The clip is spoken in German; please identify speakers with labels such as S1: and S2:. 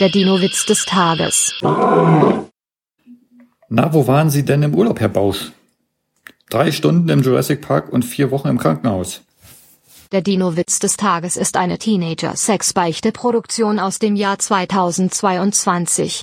S1: Der Dino-Witz des Tages.
S2: Na, wo waren Sie denn im Urlaub, Herr Bausch? Drei Stunden im Jurassic Park und vier Wochen im Krankenhaus.
S1: Der Dino-Witz des Tages ist eine Teenager-Sex-Beichte-Produktion aus dem Jahr 2022.